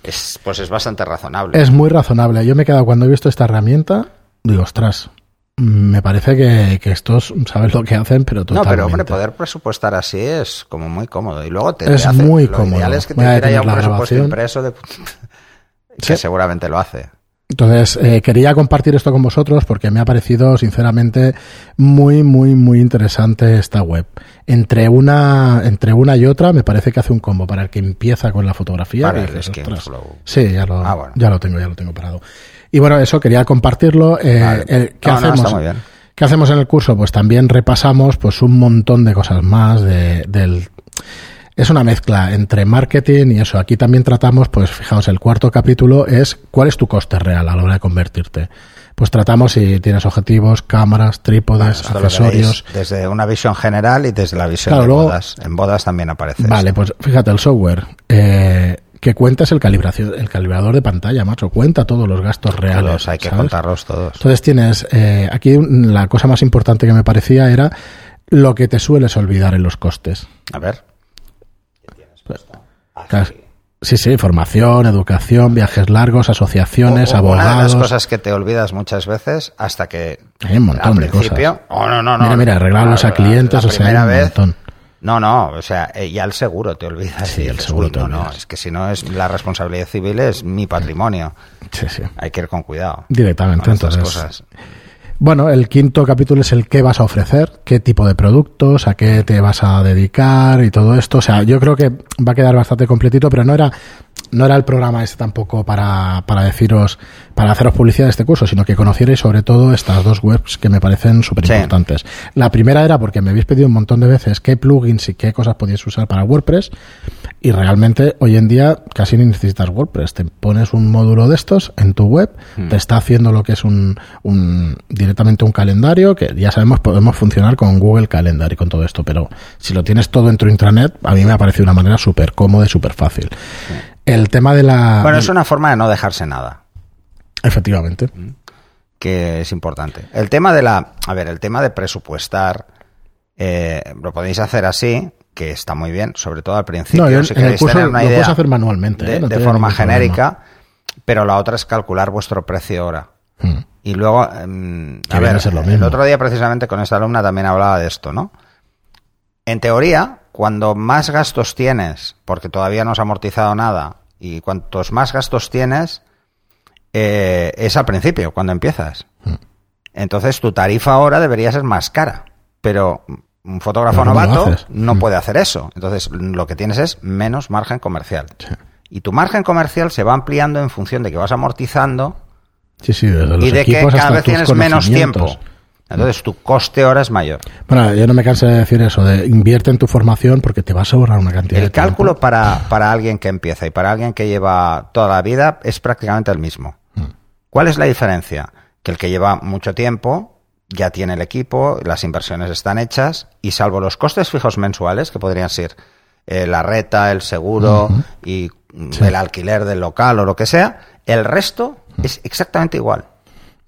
[SPEAKER 2] Es, pues es bastante razonable.
[SPEAKER 1] Es muy razonable. Yo me he quedado cuando he visto esta herramienta, digo, ostras, mm, me parece que, que estos saben lo que hacen, pero
[SPEAKER 2] no,
[SPEAKER 1] totalmente.
[SPEAKER 2] pero hombre, poder presupuestar así es como muy cómodo. Y luego te te
[SPEAKER 1] Es
[SPEAKER 2] hace-
[SPEAKER 1] muy
[SPEAKER 2] lo
[SPEAKER 1] cómodo.
[SPEAKER 2] ideal es que
[SPEAKER 1] Voy a
[SPEAKER 2] te diera ya
[SPEAKER 1] detener
[SPEAKER 2] un
[SPEAKER 1] la
[SPEAKER 2] presupuesto
[SPEAKER 1] grabación.
[SPEAKER 2] impreso de-
[SPEAKER 1] Sí.
[SPEAKER 2] que seguramente lo hace.
[SPEAKER 1] Entonces, eh, quería compartir esto con vosotros porque me ha parecido, sinceramente, muy, muy, muy interesante esta web. Entre una, entre una y otra, me parece que hace un combo para el que empieza con la fotografía.
[SPEAKER 2] Para
[SPEAKER 1] que
[SPEAKER 2] el
[SPEAKER 1] dices,
[SPEAKER 2] skin
[SPEAKER 1] "Ostras".
[SPEAKER 2] flow.
[SPEAKER 1] Sí, ya lo,
[SPEAKER 2] Ah, bueno.
[SPEAKER 1] ya lo tengo, ya lo tengo parado. Y bueno, eso, quería compartirlo. eh,
[SPEAKER 2] Vale.
[SPEAKER 1] el- ¿Qué
[SPEAKER 2] No, no,
[SPEAKER 1] hacemos?
[SPEAKER 2] está muy bien.
[SPEAKER 1] ¿Qué hacemos en el curso? Pues también repasamos pues un montón de cosas más de- del... Es una mezcla entre marketing y eso. Aquí también tratamos, pues fijaos, el cuarto capítulo es cuál es tu coste real a la hora de convertirte. Pues tratamos si tienes objetivos, cámaras, trípodes,
[SPEAKER 2] Esto lo
[SPEAKER 1] accesorios.
[SPEAKER 2] veréis desde una visión general y desde la visión
[SPEAKER 1] Claro,
[SPEAKER 2] de
[SPEAKER 1] luego-
[SPEAKER 2] bodas. En bodas también aparece.
[SPEAKER 1] Vale, pues fíjate, el software eh, que cuenta es el, calibración, el calibrador de pantalla, macho. Cuenta todos los gastos
[SPEAKER 2] esto.
[SPEAKER 1] reales.
[SPEAKER 2] Todos, hay que
[SPEAKER 1] ¿sabes?
[SPEAKER 2] contarlos todos.
[SPEAKER 1] Entonces tienes, eh, aquí un- la cosa más importante que me parecía era lo que te sueles olvidar en los costes.
[SPEAKER 2] A ver.
[SPEAKER 1] Pues, Claro, Sí, sí, formación, educación, viajes largos, asociaciones,
[SPEAKER 2] O- o Una de las
[SPEAKER 1] abogados.
[SPEAKER 2] cosas que te olvidas muchas veces hasta que
[SPEAKER 1] Hay un montón
[SPEAKER 2] al
[SPEAKER 1] de
[SPEAKER 2] principio.
[SPEAKER 1] cosas.
[SPEAKER 2] Oh, no, no, no.
[SPEAKER 1] Mira, mira, arreglarlos
[SPEAKER 2] La-
[SPEAKER 1] a clientes,
[SPEAKER 2] la
[SPEAKER 1] o sea, hay
[SPEAKER 2] primera
[SPEAKER 1] un
[SPEAKER 2] vez-
[SPEAKER 1] montón.
[SPEAKER 2] No, no, o sea, eh, ya el seguro te olvidas.
[SPEAKER 1] Sí,
[SPEAKER 2] y
[SPEAKER 1] el
[SPEAKER 2] dices,
[SPEAKER 1] seguro
[SPEAKER 2] "Uy,
[SPEAKER 1] te
[SPEAKER 2] no, no,
[SPEAKER 1] olvidas".
[SPEAKER 2] es que si no es la responsabilidad civil es mi patrimonio.
[SPEAKER 1] Sí, sí.
[SPEAKER 2] Hay que ir con cuidado.
[SPEAKER 1] Directamente,
[SPEAKER 2] con estas
[SPEAKER 1] entonces,
[SPEAKER 2] cosas.
[SPEAKER 1] Bueno, el quinto capítulo es el qué vas a ofrecer, qué tipo de productos, a qué te vas a dedicar y todo esto. O sea, yo creo que va a quedar bastante completito, pero no era, no era el programa este tampoco para, para deciros, para haceros publicidad de este curso, sino que conocierais sobre todo estas dos webs que me parecen súper importantes. La primera era porque me habéis pedido un montón de veces qué plugins y qué cosas podíais usar para WordPress. Y realmente hoy en día casi ni necesitas WordPress. Te pones un módulo de estos en tu web,
[SPEAKER 2] Hmm.
[SPEAKER 1] te está haciendo lo que es un, un- directamente un calendario, que ya sabemos podemos funcionar con Google Calendar y con todo esto, pero si lo tienes todo en tu intranet, a mí me ha parecido una manera súper cómoda y súper fácil. El tema de la...
[SPEAKER 2] Bueno, es una forma de no dejarse nada.
[SPEAKER 1] Efectivamente.
[SPEAKER 2] que es importante. El tema de la, a ver, el tema de presupuestar eh, lo podéis hacer así, que está muy bien, sobre todo al principio.
[SPEAKER 1] No, yo en-
[SPEAKER 2] si
[SPEAKER 1] en el
[SPEAKER 2] queréis
[SPEAKER 1] curso
[SPEAKER 2] tener una
[SPEAKER 1] lo
[SPEAKER 2] idea
[SPEAKER 1] puedes hacer manualmente,
[SPEAKER 2] de,
[SPEAKER 1] ¿eh? No
[SPEAKER 2] de
[SPEAKER 1] tiene
[SPEAKER 2] forma
[SPEAKER 1] ningún problema.
[SPEAKER 2] genérica, pero la otra es calcular vuestro precio hora.
[SPEAKER 1] Mm.
[SPEAKER 2] Y luego, em,
[SPEAKER 1] Que
[SPEAKER 2] a
[SPEAKER 1] viene
[SPEAKER 2] ver,
[SPEAKER 1] a ser lo
[SPEAKER 2] el
[SPEAKER 1] mismo.
[SPEAKER 2] otro día precisamente con esta alumna también hablaba de esto, ¿no? En teoría, cuando más gastos tienes, porque todavía no has amortizado nada, y cuantos más gastos tienes, eh, es al principio, cuando empiezas.
[SPEAKER 1] Hmm.
[SPEAKER 2] Entonces tu tarifa ahora debería ser más cara, pero un fotógrafo
[SPEAKER 1] Pero ¿cómo lo
[SPEAKER 2] novato
[SPEAKER 1] haces?
[SPEAKER 2] no
[SPEAKER 1] Mm.
[SPEAKER 2] puede hacer eso. Entonces lo que tienes es menos margen comercial.
[SPEAKER 1] Sí.
[SPEAKER 2] Y tu margen comercial se va ampliando en función de que vas amortizando
[SPEAKER 1] Sí, sí, desde los
[SPEAKER 2] y de que
[SPEAKER 1] equipos
[SPEAKER 2] cada
[SPEAKER 1] hasta
[SPEAKER 2] vez
[SPEAKER 1] tus
[SPEAKER 2] tienes menos
[SPEAKER 1] conocimientos.
[SPEAKER 2] tiempo. Entonces tu coste ahora es mayor.
[SPEAKER 1] Bueno, yo no me canso de decir eso, de invierte en tu formación porque te vas a ahorrar una cantidad de
[SPEAKER 2] El
[SPEAKER 1] tiempo.
[SPEAKER 2] cálculo para, para alguien que empieza y para alguien que lleva toda la vida es prácticamente el mismo.
[SPEAKER 1] Mm.
[SPEAKER 2] ¿Cuál es la diferencia? Que el que lleva mucho tiempo ya tiene el equipo, las inversiones están hechas y salvo los costes fijos mensuales, que podrían ser eh, la renta, el seguro y mm, el alquiler del local o lo que sea, el resto
[SPEAKER 1] Mm.
[SPEAKER 2] es exactamente igual.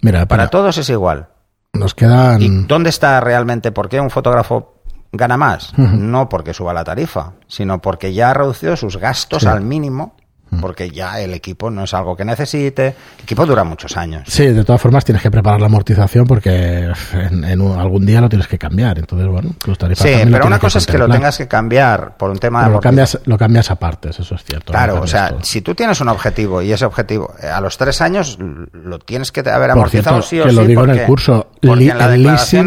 [SPEAKER 1] Mira,
[SPEAKER 2] Para
[SPEAKER 1] para,
[SPEAKER 2] todos es igual.
[SPEAKER 1] nos quedan...
[SPEAKER 2] ¿Y dónde está realmente? ¿Por qué un fotógrafo gana más? No porque suba la tarifa, sino porque ya ha reducido sus gastos
[SPEAKER 1] Sí.
[SPEAKER 2] al mínimo, porque ya el equipo no es algo que necesite. El equipo dura muchos años.
[SPEAKER 1] Sí, de todas formas tienes que preparar la amortización porque en, en un- algún día lo tienes que cambiar. Entonces, bueno, tus tarifas
[SPEAKER 2] Sí,
[SPEAKER 1] también lo
[SPEAKER 2] pero una
[SPEAKER 1] tienes
[SPEAKER 2] cosa es que lo
[SPEAKER 1] contemplar.
[SPEAKER 2] tengas que cambiar por un tema de
[SPEAKER 1] Pero lo
[SPEAKER 2] amortiz-
[SPEAKER 1] cambias, lo cambias a partes, eso es cierto. no
[SPEAKER 2] Claro,
[SPEAKER 1] lo
[SPEAKER 2] o
[SPEAKER 1] cambias
[SPEAKER 2] sea,
[SPEAKER 1] todo.
[SPEAKER 2] si tú tienes un objetivo y ese objetivo eh, a los tres años l- lo tienes que haber
[SPEAKER 1] Por
[SPEAKER 2] amortizado
[SPEAKER 1] cierto,
[SPEAKER 2] sí o
[SPEAKER 1] que
[SPEAKER 2] sí.
[SPEAKER 1] lo digo en
[SPEAKER 2] porque-
[SPEAKER 1] el curso,
[SPEAKER 2] porque
[SPEAKER 1] li-
[SPEAKER 2] en la
[SPEAKER 1] el
[SPEAKER 2] declaración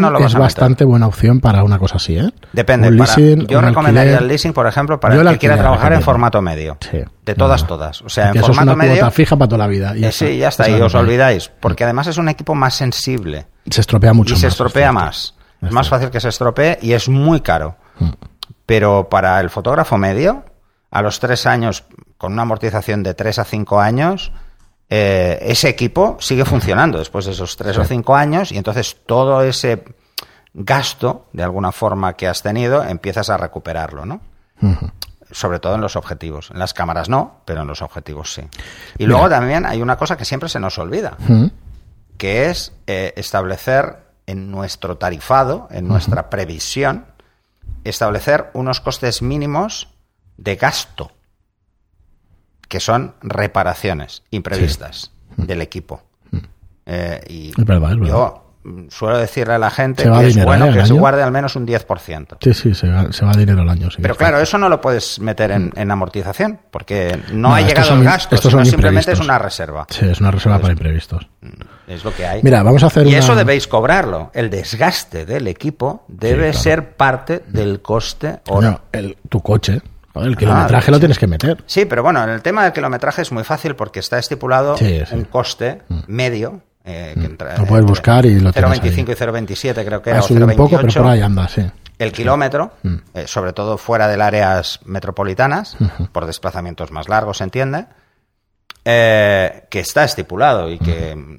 [SPEAKER 1] leasing
[SPEAKER 2] no lo vas
[SPEAKER 1] es
[SPEAKER 2] a meter.
[SPEAKER 1] bastante buena opción para una cosa así, ¿eh?
[SPEAKER 2] Depende.
[SPEAKER 1] Un
[SPEAKER 2] para-
[SPEAKER 1] leasing,
[SPEAKER 2] yo
[SPEAKER 1] un
[SPEAKER 2] recomendaría el
[SPEAKER 1] alquiler.
[SPEAKER 2] leasing, por ejemplo, para
[SPEAKER 1] Yo
[SPEAKER 2] el
[SPEAKER 1] el
[SPEAKER 2] que quiera
[SPEAKER 1] alquiler
[SPEAKER 2] trabajar en
[SPEAKER 1] recomiendo.
[SPEAKER 2] formato medio.
[SPEAKER 1] Sí.
[SPEAKER 2] De todas,
[SPEAKER 1] No.
[SPEAKER 2] todas. O sea, en
[SPEAKER 1] Que eso es
[SPEAKER 2] formato
[SPEAKER 1] una
[SPEAKER 2] medio.
[SPEAKER 1] cuota fija Mm. para toda la vida. y
[SPEAKER 2] Eh, sí, ya está,
[SPEAKER 1] Eso
[SPEAKER 2] y
[SPEAKER 1] es
[SPEAKER 2] os
[SPEAKER 1] lo que-
[SPEAKER 2] olvidáis, porque además es un equipo más sensible
[SPEAKER 1] Se estropea mucho
[SPEAKER 2] y se
[SPEAKER 1] más,
[SPEAKER 2] estropea
[SPEAKER 1] es cierto.
[SPEAKER 2] más. Es más fácil que se estropee y es muy caro.
[SPEAKER 1] Mm.
[SPEAKER 2] Pero para el fotógrafo medio, a los tres años, con una amortización de tres a cinco años, eh, ese equipo sigue funcionando después de esos tres o cinco años y entonces todo ese gasto, de alguna forma, que has tenido, empiezas a recuperarlo, ¿no?
[SPEAKER 1] Ujú.
[SPEAKER 2] sobre todo en los objetivos. En las cámaras no, pero en los objetivos sí. Y luego también hay una cosa que siempre se nos olvida,
[SPEAKER 1] Ujú.
[SPEAKER 2] que es eh, establecer en nuestro tarifado, en nuestra previsión, establecer unos costes mínimos de gasto, que son reparaciones imprevistas del equipo. Eh, y
[SPEAKER 1] Es verdad, es verdad.
[SPEAKER 2] yo mm, suelo decirle a la gente
[SPEAKER 1] Se va
[SPEAKER 2] que es
[SPEAKER 1] dinero,
[SPEAKER 2] bueno
[SPEAKER 1] ¿eh? al
[SPEAKER 2] que se
[SPEAKER 1] año.
[SPEAKER 2] guarde al menos un 10%.
[SPEAKER 1] Sí, sí, se va, se va dinero al año. sí,
[SPEAKER 2] Pero
[SPEAKER 1] es cierto.
[SPEAKER 2] claro, eso no lo puedes meter en, en amortización, porque no,
[SPEAKER 1] Mm. No,
[SPEAKER 2] ha
[SPEAKER 1] estos
[SPEAKER 2] llegado
[SPEAKER 1] son-
[SPEAKER 2] el gasto,
[SPEAKER 1] estos
[SPEAKER 2] sino
[SPEAKER 1] son
[SPEAKER 2] simplemente es
[SPEAKER 1] imprevistos.
[SPEAKER 2] una reserva.
[SPEAKER 1] Sí, es una reserva para imprevistos.
[SPEAKER 2] Es lo que hay.
[SPEAKER 1] Mira, vamos a hacer
[SPEAKER 2] pues, y
[SPEAKER 1] una-
[SPEAKER 2] eso debéis cobrarlo. El desgaste del equipo debe
[SPEAKER 1] claro.
[SPEAKER 2] ser parte del coste hora.
[SPEAKER 1] Coño, el, tu coche, joder, el kilometraje lo tienes que meter.
[SPEAKER 2] Sí, pero bueno, en el tema del kilometraje es muy fácil porque está estipulado
[SPEAKER 1] Sí, sí. Mm.
[SPEAKER 2] un coste medio. eh, que entra-
[SPEAKER 1] Lo puedes buscar y lo tienes
[SPEAKER 2] 0,25 y 0,27 creo que
[SPEAKER 1] Ha
[SPEAKER 2] era, o
[SPEAKER 1] subido un poco, pero
[SPEAKER 2] 0,28.
[SPEAKER 1] por ahí anda, sí. Mm.
[SPEAKER 2] el kilómetro, eh, sobre todo fuera del áreas metropolitanas, por desplazamientos más largos, se entiende, eh, que está estipulado y que mm,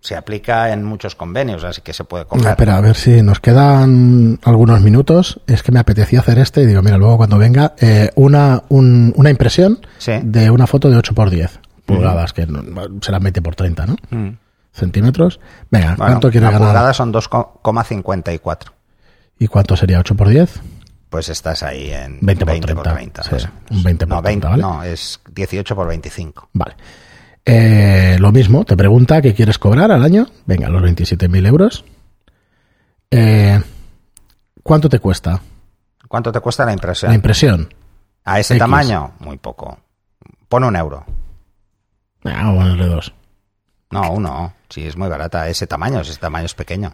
[SPEAKER 2] se aplica en muchos convenios, así que se puede
[SPEAKER 1] No,
[SPEAKER 2] cobrar.
[SPEAKER 1] espera, a ver si nos quedan algunos minutos. Es que me apetecía hacer este y digo, mira, luego cuando venga, eh, una, un- una impresión
[SPEAKER 2] Sí.
[SPEAKER 1] de una foto de 8x10 pulgadas, que no- serán 20x30, ¿no?
[SPEAKER 2] Mm.
[SPEAKER 1] Centímetros. Venga,
[SPEAKER 2] Bueno,
[SPEAKER 1] ¿cuánto quieres
[SPEAKER 2] la
[SPEAKER 1] ganar?
[SPEAKER 2] pulgada son 2,54.
[SPEAKER 1] ¿Y cuánto sería 8x10?
[SPEAKER 2] Pues estás ahí en
[SPEAKER 1] 20 por
[SPEAKER 2] 20 por
[SPEAKER 1] 30,
[SPEAKER 2] 30,
[SPEAKER 1] sí,
[SPEAKER 2] más o menos.
[SPEAKER 1] un 20 por
[SPEAKER 2] no,
[SPEAKER 1] 30, ¿vale?
[SPEAKER 2] no, es 18 por 25.
[SPEAKER 1] Vale. Eh, lo mismo, te pregunta qué quieres cobrar al año. Venga, los 27.000 euros. Eh, ¿Cuánto te cuesta
[SPEAKER 2] ¿Cuánto te cuesta la impresión?
[SPEAKER 1] la impresión?
[SPEAKER 2] ¿A ese
[SPEAKER 1] X.
[SPEAKER 2] tamaño? Muy poco. Pon un euro.
[SPEAKER 1] Ah, vamos a ponerle dos.
[SPEAKER 2] No, uno. Sí, es muy barata. Ese tamaño, ese tamaño es pequeño.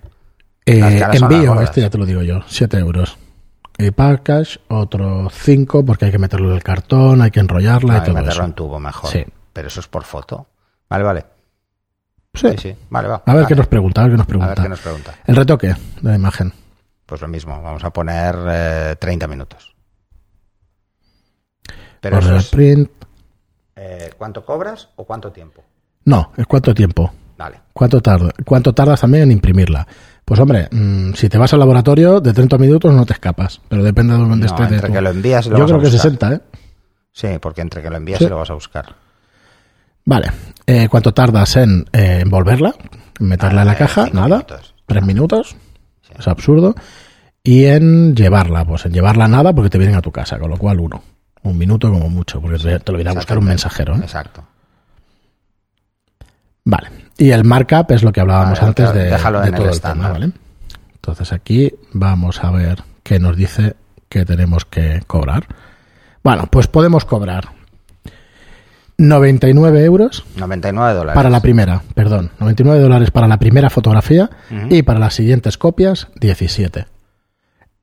[SPEAKER 1] Eh,
[SPEAKER 2] Las caras son las
[SPEAKER 1] envío,
[SPEAKER 2] gordas.
[SPEAKER 1] este ya te lo digo yo, 7 euros. Y package, otro 5, porque hay que meterlo en el cartón, hay que enrollarla
[SPEAKER 2] No,
[SPEAKER 1] y todo
[SPEAKER 2] meterlo
[SPEAKER 1] eso.
[SPEAKER 2] en tubo mejor.
[SPEAKER 1] Sí.
[SPEAKER 2] Pero eso es por foto. Vale, vale.
[SPEAKER 1] Sí.
[SPEAKER 2] Sí, sí. Vale, va.
[SPEAKER 1] A ver
[SPEAKER 2] Vale.
[SPEAKER 1] qué nos pregunta, a ver qué nos
[SPEAKER 2] A ver
[SPEAKER 1] pregunta.
[SPEAKER 2] qué nos pregunta.
[SPEAKER 1] El retoque de la imagen.
[SPEAKER 2] Pues lo mismo. Vamos a poner eh, 30 minutos. Pero
[SPEAKER 1] Border
[SPEAKER 2] eso es,
[SPEAKER 1] print.
[SPEAKER 2] eh, ¿cuánto cobras o cuánto tiempo?
[SPEAKER 1] No, es cuánto tiempo.
[SPEAKER 2] Vale.
[SPEAKER 1] ¿Cuánto, tarda, ¿Cuánto tardas también en imprimirla? Pues hombre, mm, si te vas al laboratorio, de 30 minutos no te escapas, pero depende de dónde
[SPEAKER 2] No,
[SPEAKER 1] estés. de
[SPEAKER 2] entre
[SPEAKER 1] tu-
[SPEAKER 2] que lo envías y lo
[SPEAKER 1] Yo
[SPEAKER 2] vas
[SPEAKER 1] creo
[SPEAKER 2] a
[SPEAKER 1] que
[SPEAKER 2] buscar.
[SPEAKER 1] 60, ¿eh?
[SPEAKER 2] Sí, porque entre que lo envías
[SPEAKER 1] Sí.
[SPEAKER 2] y lo vas a buscar.
[SPEAKER 1] Vale. Eh, ¿Cuánto tardas en eh, envolverla? En meterla en la
[SPEAKER 2] Ah,
[SPEAKER 1] caja,
[SPEAKER 2] cinco
[SPEAKER 1] nada.
[SPEAKER 2] minutos.
[SPEAKER 1] Tres minutos. Es absurdo. Y en llevarla, pues en llevarla nada porque te vienen a tu casa, con lo cual uno. Un minuto como mucho, porque te, te lo viene a buscar un mensajero. ¿eh?
[SPEAKER 2] Exacto.
[SPEAKER 1] Vale. Y el markup es lo que hablábamos
[SPEAKER 2] Vale,
[SPEAKER 1] antes
[SPEAKER 2] claro,
[SPEAKER 1] de,
[SPEAKER 2] déjalo
[SPEAKER 1] de
[SPEAKER 2] en el
[SPEAKER 1] todo el
[SPEAKER 2] estándar.
[SPEAKER 1] tema, ¿vale? Entonces aquí vamos a ver qué nos dice que tenemos que cobrar. Bueno, pues podemos cobrar 99 euros
[SPEAKER 2] 99 dólares.
[SPEAKER 1] para la primera, perdón, 99 dólares para la primera fotografía
[SPEAKER 2] Ujú.
[SPEAKER 1] y para las siguientes copias 17.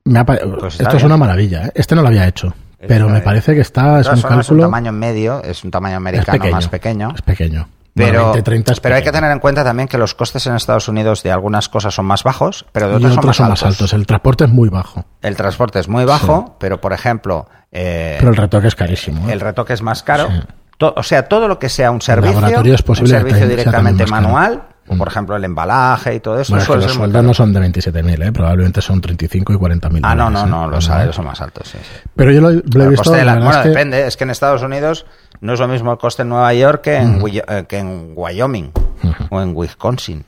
[SPEAKER 1] Me ha pare-
[SPEAKER 2] Pues está
[SPEAKER 1] Esto es
[SPEAKER 2] bien.
[SPEAKER 1] una maravilla, ¿eh? este no lo había hecho,
[SPEAKER 2] Este
[SPEAKER 1] pero
[SPEAKER 2] no
[SPEAKER 1] me
[SPEAKER 2] lo-
[SPEAKER 1] parece que está, es
[SPEAKER 2] Todas
[SPEAKER 1] un
[SPEAKER 2] formas, es un
[SPEAKER 1] cálculo
[SPEAKER 2] tamaño medio, es un tamaño
[SPEAKER 1] es
[SPEAKER 2] americano
[SPEAKER 1] pequeño,
[SPEAKER 2] más pequeño.
[SPEAKER 1] Es pequeño. Bueno,
[SPEAKER 2] Pero,
[SPEAKER 1] 20, 30 es
[SPEAKER 2] pero hay que
[SPEAKER 1] pequeño.
[SPEAKER 2] tener en cuenta también que los costes en Estados Unidos de algunas cosas son más bajos, pero de otras,
[SPEAKER 1] y otros
[SPEAKER 2] son, más, altos. Eh,
[SPEAKER 1] El transporte es muy bajo,
[SPEAKER 2] El transporte es muy bajo, pero por ejemplo, eh,
[SPEAKER 1] eh. pero el retoque es carísimo. ¿eh?
[SPEAKER 2] el retoque es más caro.
[SPEAKER 1] Sí.
[SPEAKER 2] To- o sea, todo lo que sea un servicio,
[SPEAKER 1] laboratorio es posible
[SPEAKER 2] un
[SPEAKER 1] que
[SPEAKER 2] servicio
[SPEAKER 1] también sea también
[SPEAKER 2] directamente
[SPEAKER 1] más caro.
[SPEAKER 2] manual, o
[SPEAKER 1] Mm.
[SPEAKER 2] por ejemplo el embalaje y todo eso,
[SPEAKER 1] Bueno, es que
[SPEAKER 2] suele
[SPEAKER 1] los
[SPEAKER 2] ser muy
[SPEAKER 1] sueldos
[SPEAKER 2] caro.
[SPEAKER 1] no son de 27.000, ¿eh? probablemente son 35 y 40.000.
[SPEAKER 2] Ah, no, no,
[SPEAKER 1] dólares, ¿eh?
[SPEAKER 2] no, los salarios son más altos. sí, sí.
[SPEAKER 1] Pero yo lo, lo he
[SPEAKER 2] El
[SPEAKER 1] visto.
[SPEAKER 2] coste de la-
[SPEAKER 1] la verdad
[SPEAKER 2] bueno,
[SPEAKER 1] es que-
[SPEAKER 2] depende, es que en Estados Unidos no es lo mismo el coste en Nueva York que
[SPEAKER 1] Mm.
[SPEAKER 2] en, Wi- eh, que en Wyoming o en Wisconsin.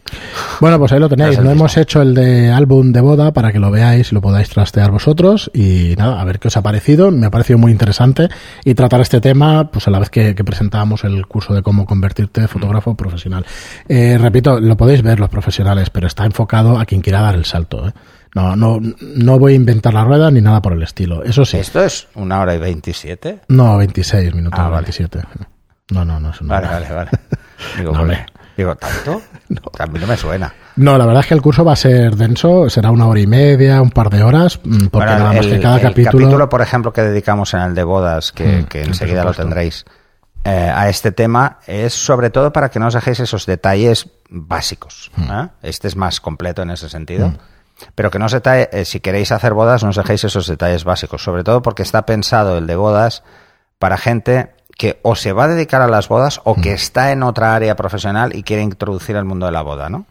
[SPEAKER 1] Bueno, pues ahí lo
[SPEAKER 2] No
[SPEAKER 1] tenéis.
[SPEAKER 2] es el
[SPEAKER 1] No,
[SPEAKER 2] mismo.
[SPEAKER 1] hemos hecho el de álbum de boda para que lo veáis y lo podáis trastear vosotros. Y nada, a ver qué os ha parecido. Me ha parecido muy interesante. Y tratar este tema, pues a la vez que, que presentábamos el curso de cómo convertirte en fotógrafo
[SPEAKER 2] Mm.
[SPEAKER 1] profesional. Eh, repito, lo podéis ver los profesionales, pero está enfocado a quien quiera dar el salto. ¿eh? No, no, no voy a inventar la rueda ni nada por el estilo. Eso sí.
[SPEAKER 2] ¿Esto es una hora y 27?
[SPEAKER 1] No, 26 minutos,
[SPEAKER 2] Ah, vale.
[SPEAKER 1] 27. No, no, no. eso no.
[SPEAKER 2] Vale, vale, vale. Digo,
[SPEAKER 1] No,
[SPEAKER 2] porque-
[SPEAKER 1] hombre.
[SPEAKER 2] digo, ¿tanto? A mí no me suena.
[SPEAKER 1] No, la verdad es que el curso va a ser denso, será una hora y media, un par de horas, mm, porque
[SPEAKER 2] Bueno,
[SPEAKER 1] nada más
[SPEAKER 2] el,
[SPEAKER 1] que cada
[SPEAKER 2] el
[SPEAKER 1] capítulo,
[SPEAKER 2] por ejemplo, que dedicamos en el de bodas, que,
[SPEAKER 1] Mm,
[SPEAKER 2] que
[SPEAKER 1] el
[SPEAKER 2] enseguida lo
[SPEAKER 1] presupuesto.
[SPEAKER 2] tendréis, eh, a este tema, es sobre todo para que no os dejéis esos detalles básicos.
[SPEAKER 1] Hmm.
[SPEAKER 2] ¿eh? Este es más completo en ese sentido. Pero que no os detalle- eh, si queréis hacer bodas, no os dejéis esos detalles básicos. Sobre todo porque está pensado el de bodas para gente que o se va a dedicar a las bodas o
[SPEAKER 1] Hmm.
[SPEAKER 2] que está en otra área profesional y quiere introducir el mundo de la boda, ¿no?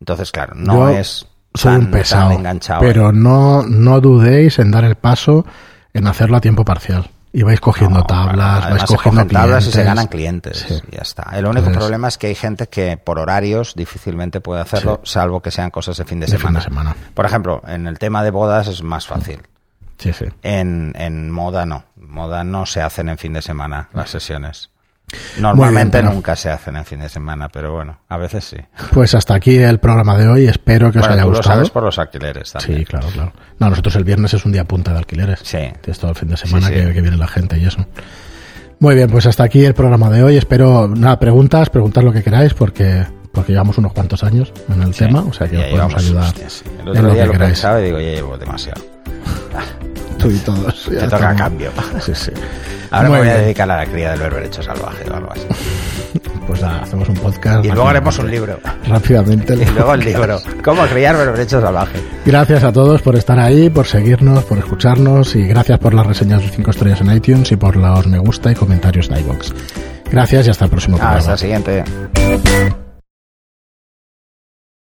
[SPEAKER 2] Entonces, claro, no
[SPEAKER 1] Yo
[SPEAKER 2] es
[SPEAKER 1] soy
[SPEAKER 2] tan,
[SPEAKER 1] un pesado,
[SPEAKER 2] tan enganchado. ¿eh?
[SPEAKER 1] pero no, no dudéis en dar el paso en hacerlo a tiempo parcial. Y vais cogiendo
[SPEAKER 2] No,
[SPEAKER 1] tablas,
[SPEAKER 2] además
[SPEAKER 1] vais
[SPEAKER 2] se
[SPEAKER 1] cogiendo
[SPEAKER 2] cogen tablas y se
[SPEAKER 1] clientes.
[SPEAKER 2] ganan clientes.
[SPEAKER 1] Sí.
[SPEAKER 2] y Ya está. El único
[SPEAKER 1] Entonces-
[SPEAKER 2] problema es que hay gente que por horarios difícilmente puede hacerlo, salvo que sean cosas de fin de,
[SPEAKER 1] De fin
[SPEAKER 2] semana.
[SPEAKER 1] de semana.
[SPEAKER 2] Por ejemplo, en el tema de bodas es más fácil.
[SPEAKER 1] Sí, sí.
[SPEAKER 2] En, en moda no. Moda no se hacen en fin de semana las sesiones. Normalmente
[SPEAKER 1] pero-
[SPEAKER 2] nunca se hacen en fin de semana, pero bueno, a veces sí.
[SPEAKER 1] Pues hasta aquí el programa de hoy. Espero que os
[SPEAKER 2] Bueno,
[SPEAKER 1] haya
[SPEAKER 2] tú lo
[SPEAKER 1] gustado.
[SPEAKER 2] sabes por los alquileres también.
[SPEAKER 1] Sí, claro, claro. No, nosotros el viernes es un día punta de alquileres.
[SPEAKER 2] Sí.
[SPEAKER 1] Es todo el fin de semana
[SPEAKER 2] Sí, sí.
[SPEAKER 1] Que, que viene la gente y eso. Muy bien, pues hasta aquí el programa de hoy. Espero, nada, preguntas, preguntad lo que queráis porque, porque llevamos unos cuantos años en el tema, o sea que os
[SPEAKER 2] Ya
[SPEAKER 1] podemos
[SPEAKER 2] llevamos-
[SPEAKER 1] ayudar
[SPEAKER 2] hostia, sí. El
[SPEAKER 1] en
[SPEAKER 2] otro
[SPEAKER 1] lo
[SPEAKER 2] día
[SPEAKER 1] que
[SPEAKER 2] lo
[SPEAKER 1] queráis.
[SPEAKER 2] pensaba y digo, ya llevo demasiado.
[SPEAKER 1] Tú y todos. Ya
[SPEAKER 2] Te toca
[SPEAKER 1] estamos.
[SPEAKER 2] cambio.
[SPEAKER 1] Sí, sí.
[SPEAKER 2] Ahora
[SPEAKER 1] Muy
[SPEAKER 2] me voy a
[SPEAKER 1] bien.
[SPEAKER 2] dedicar a la cría del berberecho salvaje o algo así.
[SPEAKER 1] Pues nada, hacemos un podcast.
[SPEAKER 2] Y luego haremos un libro.
[SPEAKER 1] Rápidamente.
[SPEAKER 2] Y luego el libro. ¿Cómo criar berberecho salvaje?
[SPEAKER 1] Gracias a todos por estar ahí, por seguirnos, por escucharnos y gracias por las reseñas de 5 estrellas en iTunes y por los me gusta y comentarios en iBox. Gracias y hasta el próximo programa.
[SPEAKER 2] Hasta el siguiente.